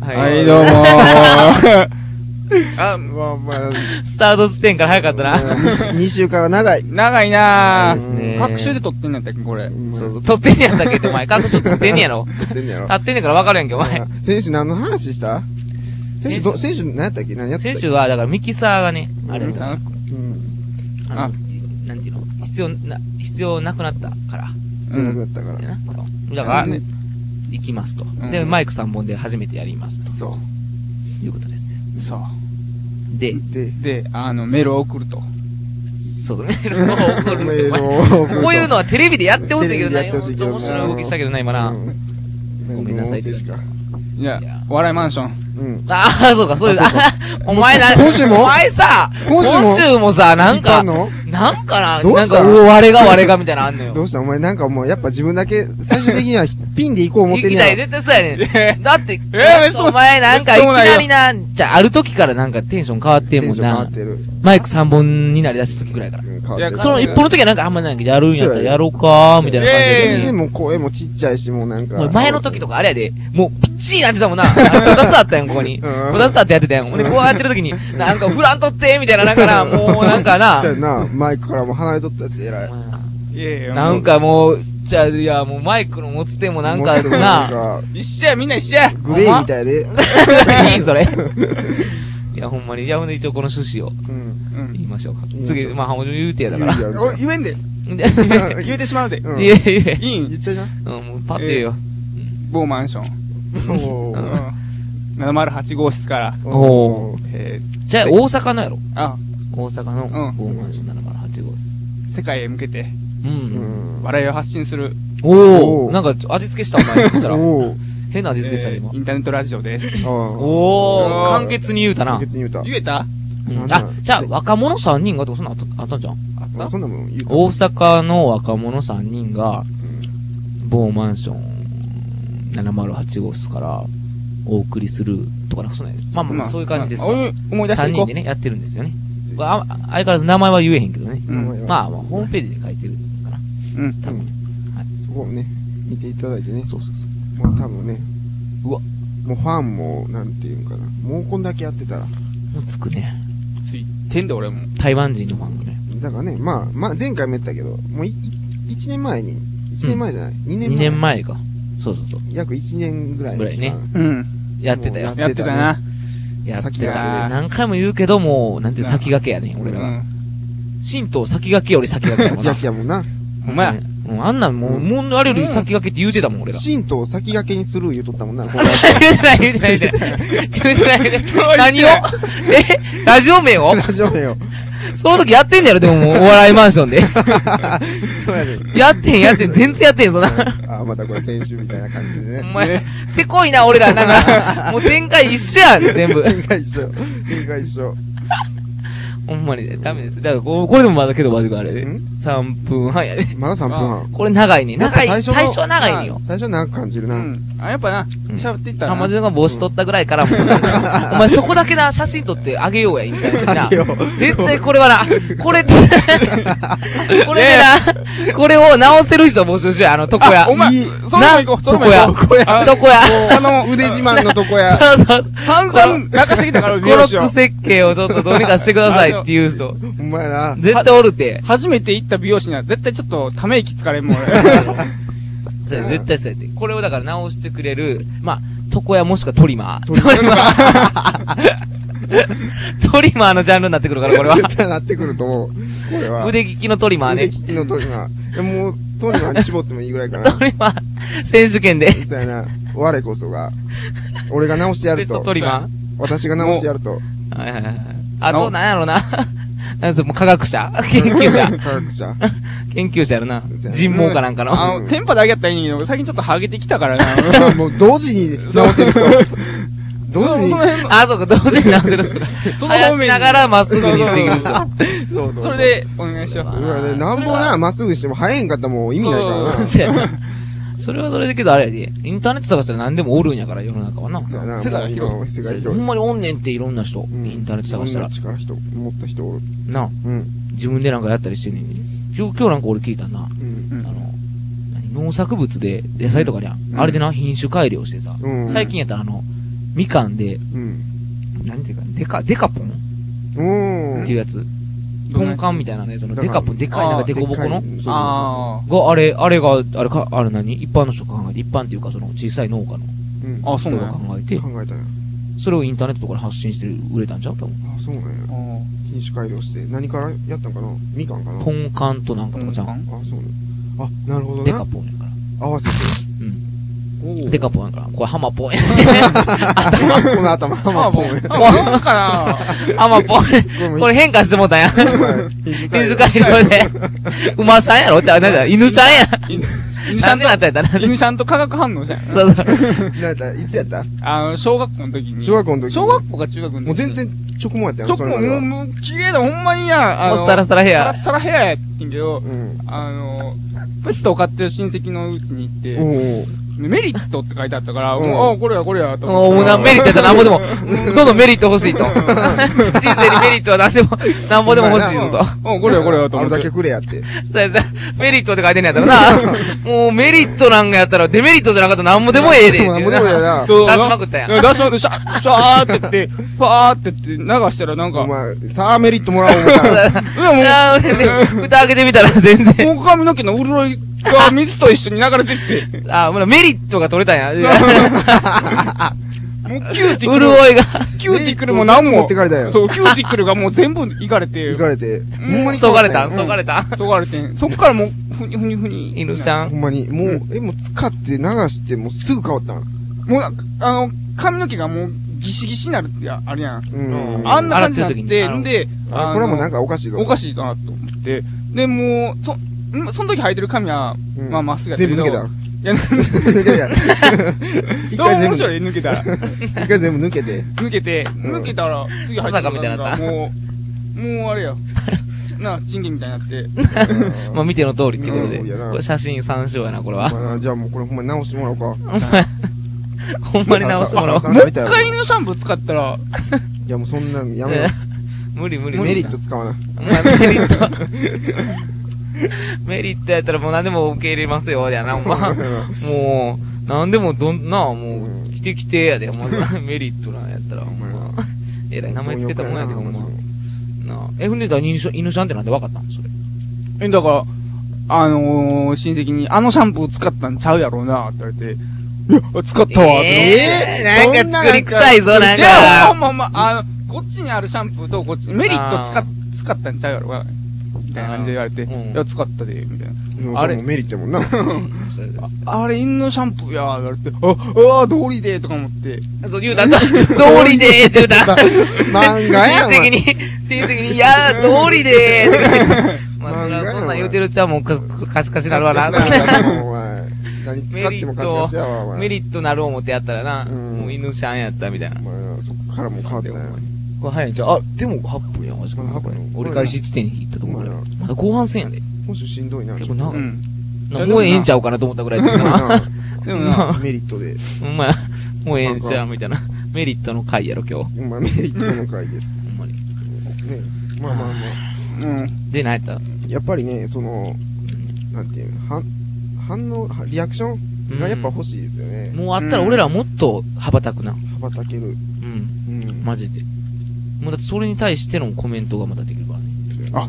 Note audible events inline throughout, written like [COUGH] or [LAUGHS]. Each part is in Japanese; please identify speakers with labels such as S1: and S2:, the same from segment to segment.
S1: はい、どうも
S2: あ、
S3: ま
S2: [LAUGHS]
S3: あまあ、
S2: スタート地点から早かったな。
S3: 2週間は長い。
S1: [LAUGHS] 長いな
S3: そうですね
S1: ぁ。各週で撮ってんねやったっけ、これ。
S2: そうそう、撮ってんねやったっけって、お前。各所撮ってんねやろ。
S3: やってんねやろ
S2: 立。ってんねんから分かるやんけ、お前。
S3: 選手何の話した選手、
S2: 選
S3: ど選手何やったっけ何やったっ
S2: 選
S3: け
S2: 手は、だからミキサーがね、あれだった
S1: あ
S3: うん。
S2: あの、なんていうの必要な、必要なくなったから。
S3: 強くなったから。
S2: だよなだから、
S1: ね
S2: 行きますと。
S1: ん
S2: で、マイク3本で初めてやりますと。
S1: そ
S2: いうことですよ。
S1: う。そ
S2: で、
S3: で、
S1: う。で、あの、メールを送ると。
S2: そう、メールを送
S3: [LAUGHS]
S2: るってお前。
S3: を
S2: こういうのはテレビでやってほしいけどな。
S3: テレビでやってほしいけどな
S2: 面白い動きしたけどな、今な。
S3: うん
S2: ごめんなさい
S3: もう音声しか。
S1: いや
S2: いや、
S1: お笑いマンション。
S3: うん。
S2: ああ、そうか、そうです。 [LAUGHS] お前な、
S3: 今週も
S2: お前さ、
S3: 今
S2: 今
S3: 週も
S2: 週もさ、なん
S3: 行った
S2: か、
S3: の
S2: なんかな、
S3: どう
S2: なん
S3: した
S2: か、我が我がみたいなのあんの
S3: ど
S2: よ。
S3: うしたお前なんかもうやっぱ自分だけ最終的にはピンで行こう思っ
S2: 行
S3: てん
S2: き
S3: ね
S2: たい、
S3: や
S2: 絶対そうやねん。だって、
S1: えーそう
S2: お前なんかいき
S1: そうなんよ
S2: なりな、じゃあ、ある時からなんかテンション変わって
S3: テ
S2: んも
S3: ン
S2: ん
S3: ション変わっ
S2: な。
S3: てる。
S2: マイク3本になりだした時ぐらいから。
S3: うん変わ
S1: い
S3: って
S1: や
S3: る。
S2: その一本の時はなんかあんまなんかやるんやったらやろうかー、みたいな
S1: え
S2: 感
S1: え
S2: じ
S3: で
S2: で。
S3: も声もちっちゃいし、もうなん
S2: も
S3: か。
S2: う前の時とかあれやで、もうピッチーなってたもんな。あのこたつあったやん、ここに。
S3: うん
S2: こたつあってやってたやん。ほんで、こうやってる時に、なんかフラン取って、みたいな、なんかな、もうなんかな
S3: [LAUGHS] そ。うやな、マイクからも離れとったし、偉い。
S1: いやいや
S2: なん、かもう、じゃあ、いや、もうマイクの持つ手もなんか
S3: もうな
S2: な、
S3: んか、
S1: 一緒や、みんな一緒や。
S3: グレーみたいやで。
S2: いいそれ。 [LAUGHS] いや、ほんまに。いや、ほんで一応この趣旨を
S3: うん。
S1: うん
S2: 言いましょうか
S3: 言い。ましょう
S2: 次、まあ、ほんまに言うてやだから。
S3: 言うじゃん
S1: お、言えんで。
S2: [LAUGHS] いやいや
S1: 言うてしまうで。
S3: うん
S2: いやいや
S1: いいん
S3: 言っちゃいな。
S2: うんもうパッて言うよ。
S1: 某マンション。
S3: お
S1: う
S3: ー
S1: ん。708号室から。
S2: お
S3: ー。
S1: えー
S2: じゃあ、大阪のやろ。
S1: あ、
S2: 大阪の
S1: うん
S2: 5マンション7から8号室。
S1: 世界へ向けて、
S2: う。
S3: うんん。
S1: 笑いを発信する。
S2: お
S3: お
S2: お
S3: ー
S2: なんか味付けしたお
S1: [LAUGHS]
S2: 前そしたら。
S3: おー。
S2: 変な味付けしたね
S1: え
S2: 今
S1: ーイ。ンターネットラジオです。
S3: お
S2: お
S1: お
S2: お
S1: ー
S2: 簡潔に言うたな。
S3: 別に言うた。
S1: 言えた
S2: うんあ、じゃあ若者3人がとかそんなんあったあったんじゃん
S1: あっ
S3: あ
S1: た
S3: そんなもん言うた。
S2: 大阪の若者3人が、某マンション708号室からお送りするとかなんかそうなんやまあまあまあそういう感じです
S1: まあ
S2: よ。
S1: おい思い出して
S2: 3
S1: いこ
S2: 人
S1: う
S2: で。ね、やってるんですよね。これあ相変わらず名前は言えへんけどね。
S1: うん
S3: うん
S2: まあまあ、ホームページに書いてるかな。
S1: うん。
S2: 多分。
S3: そこをね、見ていただいてね。
S2: そうそうそう。
S3: もう多分ね。
S2: うわ。
S3: もうファンも、なんていうんかな。もうこんだけやってたら。
S2: もうつくね。
S1: ついてんで俺も。
S2: 台湾人のファンがね。
S3: だからね、まあ、まあ、前回も言ったけど、もうい、い1年前に、1年前じゃない、二
S2: 2
S3: 2年
S2: 年
S3: 前。
S2: 前か。そうそうそう。
S3: 約1年ぐらいの期間
S2: ぐら
S1: うん。
S2: やってたよ
S3: もう。
S1: やってたな。
S2: やって
S3: 先駆
S2: た
S3: けで
S2: な。何回も言うけども、なんていうの先駆けやね、俺ら
S1: う
S2: が。
S1: ん
S2: 神道先駆けより先駆けやもん
S3: 先
S2: な
S3: 駆。けやもんな。
S1: ほんまや。
S2: うん、あんなんもう、もうあれより先駆けって言うてたもん、俺ら。
S3: 神道を先駆けにする言うとったもんな。これ
S2: 言うてない、言うてない、言うてない。言うてない、言うてない。 [LAUGHS] 何をえラジオ名
S3: [LAUGHS]
S2: を
S3: ラジオよ。
S2: その時やってんだよ、でももう、お笑いマンションで。
S3: そうやね
S2: やってん、やってん、全然やってん、そんな。
S3: あ、またこれ先週みたいな感じで
S2: お
S3: ね。
S2: 前、せこいな、俺ら。なん [LAUGHS] か、もう展開一緒やん、全部。
S3: [LAUGHS] 展開一緒。展開一緒。
S2: ほんまにね、ダメです。だからこう、これでもまだけど、まだあれで。
S3: ん
S2: 3分半やで。
S3: まだ3分半。
S2: これ長いね。長い、
S3: やっぱ
S2: 最
S3: 最初
S2: 初
S3: の
S2: は長いねよ。
S3: 最初長く感じる
S1: う
S3: な。
S1: ん。あ、やっぱな、
S2: ん
S1: 喋っていったら
S2: 浜
S1: な。
S2: 田が帽子取ったぐらいから、もうなん
S1: [LAUGHS]
S2: かお前そこだけな、写真撮ってあげようや、みたいな。
S3: あげよう
S2: 絶対これはな、これ、これでな、これを直せる人募集しようや、あの、床屋。
S1: あお前
S2: いい
S1: それも行こう
S2: な
S1: それも行こう
S2: 床屋。床
S3: あ
S2: 屋。
S3: の、腕自慢のとこ
S2: [LAUGHS]
S3: や。
S2: そうそう。
S1: 散々泣かしてきたから、
S2: コ
S1: 美
S2: ロ
S1: 容師
S2: ッ
S1: を
S2: ク。設計をちょっとどうにかしてくださいっていう人。
S3: お前な。
S2: 絶対おるて。
S1: 初めて行った美容師には絶対ちょっとため息つかれんもん俺。
S2: そうや絶対そうやって。これをだから直してくれる、まあ、床屋もしくはトリマー。
S3: ト
S2: ト
S3: リ
S2: リ
S3: マ
S2: マー。 [LAUGHS] トリマーのジャンルになってくるから、これは。
S3: 絶対なってくると思う。これは。
S2: 腕利きのトリマー
S3: 腕
S2: ね
S3: 利。きのトリマー。いやもう、トリマーに絞ってもいいぐら
S2: [LAUGHS]
S3: いかな。
S2: トリマー、選手権で。
S3: そうやな。我こそが。俺が直してや
S2: ベ
S3: る
S2: スト
S3: と
S2: ト。リマ
S3: 私が直してやると。
S2: ー。はいはいはい。あと、なんやろな。なんそれもう科学者研究者
S3: [LAUGHS] 科学者。
S2: 研究者やろな
S3: そうや。
S2: [LAUGHS]
S3: な
S2: 人毛かなんかの。
S1: あの、テンパだけやったらいいんだけど、最近ちょっとハゲてきたからな。
S3: もう、同時に直せる
S2: [LAUGHS]
S3: 人。同時に
S1: そ。の辺の、
S2: あ、そうか、同時に直せる人か。
S1: その
S2: 生や
S1: 方
S2: し
S1: 面
S2: ながらまっすぐにしていく人。
S3: そうそう。
S1: それ。で、お願いしよ
S3: う
S1: う。
S3: わね、なんぼな、まっすぐしても生えへんかったらもう意味ないからな。
S2: そうやなそれはそれだけどあれやで、インターネット探したら何でもおるんやから、世の中はな。
S3: そうやな。
S1: 世界が広い
S3: もう今世界
S2: ほ
S3: 広い。
S2: んまにおんねんっていろんな人、
S3: うん
S2: インターネット探したら
S3: 女。力人、持った人おる。
S2: な、
S3: うん。
S2: 自分でなんかやったりしてんねんに。今日、今日なんか俺聞いたな。
S3: う
S2: あ
S1: う
S3: ん。
S1: ん
S2: の、何農作物で、野菜とかにゃ、ん、あれでな、品種改良してさ、
S3: うん
S2: 最近やったらあの、みかんで、
S3: うん。
S2: なんていうか、デカ、デカポン
S3: お
S2: っていうやつ。
S1: ど
S2: ポ
S1: んなや
S2: ン
S1: つ
S2: カンみたいなね、その
S3: だ
S2: デ
S3: から
S2: カポン、でかいなん
S1: あ
S2: か
S1: ー
S2: デコボコの
S3: あ
S1: あ
S2: が、あれ、あれが、あれか、あれ何一般の人が考えて、一般っていうかその小さい農家の
S3: あ。うん。
S1: あ。あ、そう
S2: 人
S1: な
S2: が
S1: の
S2: 考えて、
S3: 考えたんや。
S2: それをインターネットとかで発信して売れたんちゃう多分。
S3: あ、そうなんや。
S1: あ
S3: 品種改良して。何からやったんかなみかんかなあ
S2: ポ、ンカンとなんかとかじゃ
S1: ポ
S2: ん。
S1: ン
S3: そうなんあ、なるほど
S2: デカ
S3: な。
S2: ポンやから。
S3: 合わせて。
S2: うん。
S1: お
S2: デカポンやから。これハマポンや。
S3: この頭、
S1: カ
S3: 浜ポン。
S1: あ、ポン
S2: [LAUGHS]
S1: かな
S2: [LAUGHS] ハマポン。 [LAUGHS] こ
S3: れ
S2: れ変化してもうたんや。
S3: も一個前、品
S2: 犬
S3: 種
S2: 種改良で。馬さんやろちゃう、なんだ、犬さんや。
S1: 犬
S2: 犬
S1: ちゃ
S2: さ
S1: ん
S2: ん
S1: と
S2: なったやったら。
S1: 犬ちゃんと化学反応じゃん。
S2: そうそう。
S3: 改良。なんだったいつやった
S1: あの、小学校の時に。
S3: 小学校の時。
S1: 小学校か中学の時
S3: もう全。然直毛やったや
S1: ちょ
S3: ろ
S1: っとも
S3: それまで
S1: う、
S3: は。
S1: もう、綺麗だ、ほんまにや。あ
S2: も
S1: の
S2: うサラサラヘ
S1: サラ
S2: ア。
S1: サラヘアやってんけど、
S3: うん。
S1: あの、ペットを飼ってる親戚のうちに行って、
S3: おー
S1: メリットって書いてあったから、
S3: うん
S1: もうあ、これや、これや、と
S2: おも
S1: 思っ
S2: う
S1: て。
S2: な、メリットやったらなんぼでも、どんどんメリット欲しいと。人生にメリットはなんでも、なんぼでも欲しいぞと。
S1: うん、これや、これや、と思
S3: あれ
S1: って
S3: だ。けくれやって。
S2: そうそうメリットって書いてんねやったらな。もうメリットなんかやったら、デメリットじゃなかったらなんぼでもええで。
S3: でもなんもでもやな。
S1: そう
S2: 出しまくったやん
S1: 出しまくって、シャー、シャーって言
S2: [LAUGHS]
S1: って、ファーって言って流したらなんか、
S3: お
S1: いや
S3: 前、さあメリットもらおうみたいな。
S1: もう、
S2: ああ、俺ね、蓋開けてみたら全然。
S1: もう髪の毛の潤いが水と一緒に流れてって、
S2: ああ、ほらメリットが取れたんや。
S1: [LAUGHS] もうキューティクル、
S2: [LAUGHS] 潤いが。
S1: キューティクルも何
S3: 持
S1: も
S3: って、かれたんやん。
S1: そう、キューティクルがもう全部いかれ
S3: [LAUGHS]
S1: て
S3: 行、かれて。ほんまに
S2: そがれた
S3: ん
S2: ん、
S3: や
S2: そがれたん。
S1: そがれてん。そっからもう、ふにふにふに。
S2: 犬ちゃん
S3: ほ。んまに。もう、え、もう使って流して、もうすぐ変わったん。
S1: もうなんか、あの、髪の毛がもう、ギシギシになるってや、あれやん。
S3: うん。
S1: あんな感じになっ
S2: 洗ってる
S1: て、
S2: 時にあの
S1: んで、
S3: あこれはもうなんかおかしいぞ。
S1: おかしいなと思って、で、もう、そ、んその時履いてる髪は、
S3: うん
S1: まあまっすぐやったけ
S3: 全部
S1: ど。
S3: 抜けた。
S1: いや、
S3: 抜けた。 [LAUGHS] 一
S1: どうも
S3: 回全
S1: 面
S3: 部
S1: 白い、抜け
S3: [LAUGHS]
S1: たら。
S3: 一回全部抜けて。
S1: 抜けて、
S3: ん
S1: 抜けたら、次
S2: 小
S1: 入って
S2: 坂みたいになった
S1: もう、もうあ
S2: [LAUGHS]
S1: れや。な、チンゲみたいになって。
S2: まあ見ての通りってことで。
S3: うんいやな
S2: これ写真参照やな、これは。
S3: まあじゃあもうこれほんまに直してもらおうか。
S2: ほんまに直してもらおう
S3: さ。
S1: もう一
S3: さ
S1: 回犬シャンプー使ったら、
S3: いやもうそんなんやめよ
S2: 無理無理
S3: う。
S2: 無
S3: メ
S2: 理。
S3: リット使わな。
S2: お前メリット。メリットやったらもう何でも受け入れますよ、やな、お前。もう、何でもどんな、もう、来て来てやで、お [LAUGHS] 前。メリットなんやったら、お前。 [LAUGHS] えらい名前つけたもんやで、お前。なあ。え、船田犬さん犬さんってなんで分かったんそれ。
S1: え、だから、あのー、親戚に、あのシャンプー使ったんちゃうやろうな、って言われて、いや、使ったわ、って
S2: えーなんか作り臭いぞ、
S1: 思っ
S2: なん
S1: て。いや、ほ
S2: か。
S1: んまほんま、あの、こっちにあるシャンプーと、こっち、メリット使っ
S2: あ、
S1: 使ったんちゃうやろうな、みたいな感じで言われて、
S2: あーうん
S1: いや、使ったで、みたいな。
S3: あれメリットやもんな。
S2: そうです
S1: あれ、犬のシャンプーやー、って言われて、あ、あー、道理で、とか思って。
S2: そう、言うた [LAUGHS] んだ。通りでーって言う [LAUGHS] た。
S3: 漫画やん。お
S2: 親戚
S3: 前
S2: に、親戚に、いやー、通り
S3: [LAUGHS]
S2: でーって言って。まあ、それ
S3: 漫画や
S2: は
S3: な
S2: そんなん言うてるうちはもうか、カシカシなるわな。
S3: お前何使っても貸し貸しやわ、お前。
S2: メリットなる思ってやったらな、
S3: うん
S2: もう犬シャンやったみたいな。
S3: お前そっからもう変わったんや。
S2: これ早いんちゃうあ、でも8分やん、マジ
S3: まだ8分
S2: 折り返し地点に行ったとこ
S3: ま
S2: ろ
S3: だな
S2: まだ後半戦やで。
S3: 今週しんどいな。
S2: 結構
S1: う
S2: 長い。
S1: ん。
S2: なもうええんちゃうかなと思ったぐらいだったな。
S1: でもな、
S3: メリットで。
S2: ほんまや、もうええんちゃうみたいな。メリットの回やろ、今日。
S3: お前メリットの回
S2: [LAUGHS]
S3: です。
S2: ほんまに。
S3: ね。まあまあまあ。
S1: うん。
S2: で、何やった
S3: やっぱりね、その、なんていうの、反、反応、はリアクションがやっぱ欲しいですよね。
S2: もうあったら俺らもっと羽ばたくな。
S3: 羽ばたける。
S2: うん。
S3: うん。
S2: マジで。もうだってそれに対してのコメントがまたできるからね。
S1: ああ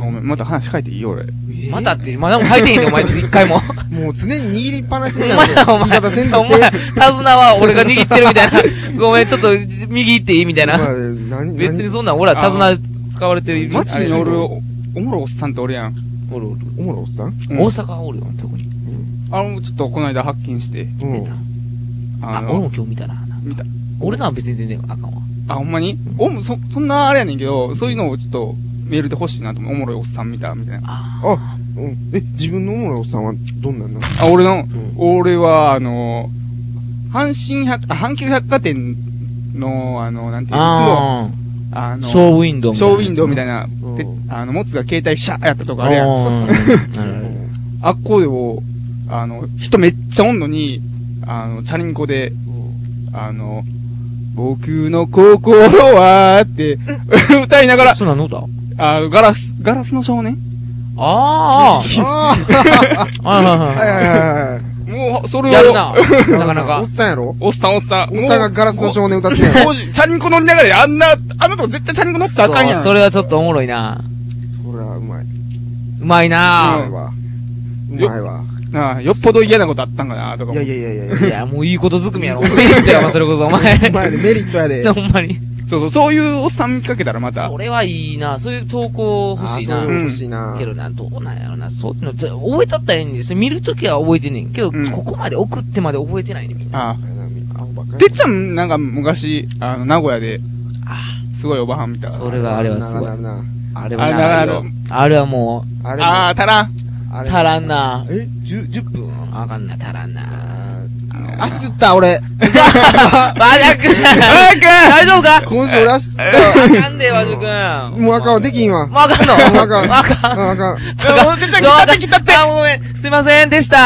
S1: ごめん、また話書いていいよ、俺。
S3: えー
S2: またって、まだもう入ってへんで、お前、一回も。
S3: もう常に握りっぱなし
S2: お
S3: に
S2: 前
S3: なる。
S2: お
S3: 言い方せん
S2: 前、
S3: と
S2: お
S3: って。
S2: 前、手綱は俺が握ってるみたいな。ごめん、ちょっと、右行っていいみたい
S3: ま
S2: な。
S3: あ何、
S2: 別に
S3: 何、
S2: そんなん、俺ら手綱使われてる。
S1: マジで
S2: あれ
S1: 俺、おもろいおっさんっておるやん。
S2: おるおる。
S3: おもろいおっさん
S1: うん
S2: 大阪はおるよ、特に。
S1: あの、ちょっとこの間発見して、
S3: うん。
S2: あ、
S1: あ
S2: 俺
S1: の、
S2: も今日見たな。なんか
S1: 見た
S2: 俺なは別に全然あかんわ。
S1: あ、ほんまにおも、そ、そんなあれやねんけど、そういうのをちょっとメールで欲しいなと思う。おもろいおっさん見た、みたいな。
S2: あ
S3: あ、うん。え、自分のおもろいおっさんはどんなんなの
S1: あ、俺の、
S3: うん
S1: 俺は、あの、阪神百、あ、阪急百貨店の、あの、なんていうの、
S2: あ
S1: いつも、あ
S2: ー、
S1: の、
S2: シ
S1: シ
S2: ョ
S1: ョ
S2: ーウィンドウみたいな
S1: ーウィンドウみたいな
S3: う、ん
S1: であの、モツが携帯シャーやったとかあ
S2: あ
S1: れ
S2: れや
S1: やん。
S2: ん。
S1: あっこでを、あの、人めっちゃおんのに、あの、チャリンコで、あの、僕の心はって、 [LAUGHS] 歌いながら、
S2: そんなんの歌
S1: あの、ガラス、ガラスの少年
S2: あ
S3: あ
S2: ーあー、はいはいはい
S3: あ、
S2: [LAUGHS] は。
S3: はいいはいはいはい。
S1: もうお、それを、
S2: やるな。なかな
S3: お
S2: か
S3: っ。さんやろ
S1: おっさんおっさん。
S3: おっさんがガラスの少年歌ってるや
S1: もう当時チャリンコ乗りながら、あんな、あんなとこ絶対チャリンコ乗ったらあかんやん。
S2: そうそれはちょっとおもろいな。
S3: ん。そりゃ、うまい。
S2: うま
S3: う
S2: い
S3: まい
S2: な
S3: わ。う
S1: よ
S3: まいわ。
S1: なあ、よっぽど嫌なことあったんかな、とかも
S3: いや。いやいやいやいや。
S2: いや、もういいことずくめやろ。メリットやわ、それこそ、お前。
S3: うまいで、メリットやで。
S2: ほんまに。
S1: そうそう、そういうおっさん見かけたらまた
S2: そ。れはいいな。そういう投稿欲しいな
S3: あー。そううの欲しいな
S2: け。どな、どうなんやろな。そういうの、ちょ覚えたったらええんですよ。見るときは覚えてんねんけど、
S1: うん
S2: ここまで送ってまで覚えてないね、みんな。
S1: あ
S3: 青ばっか
S1: あ。
S3: り
S1: てっちゃん、なんか昔、あの、名古屋で、すごいおばはん見た。
S2: それがあれはすごい
S3: な。るな
S2: あれは長いよ
S1: あれ。
S2: あれはも
S3: あれ
S1: ああ、たらん。
S3: あ
S2: う、
S3: れ
S2: 足らんな。
S3: え十十
S2: 10分あかんな、足らんな。
S3: [LAUGHS] 足つった、俺。
S2: バジャ君大丈夫か
S3: 今週俺足つ
S2: [LAUGHS]
S3: っ
S2: あかんで、バジャ
S3: た。
S2: 君。
S3: もうあかんわ、できんわ。
S2: もうあかんの
S3: もうあかん
S2: もうあかん。
S3: ああかん。
S2: てっちゃん、来たって来たってあ、ごめん。すいませんでした。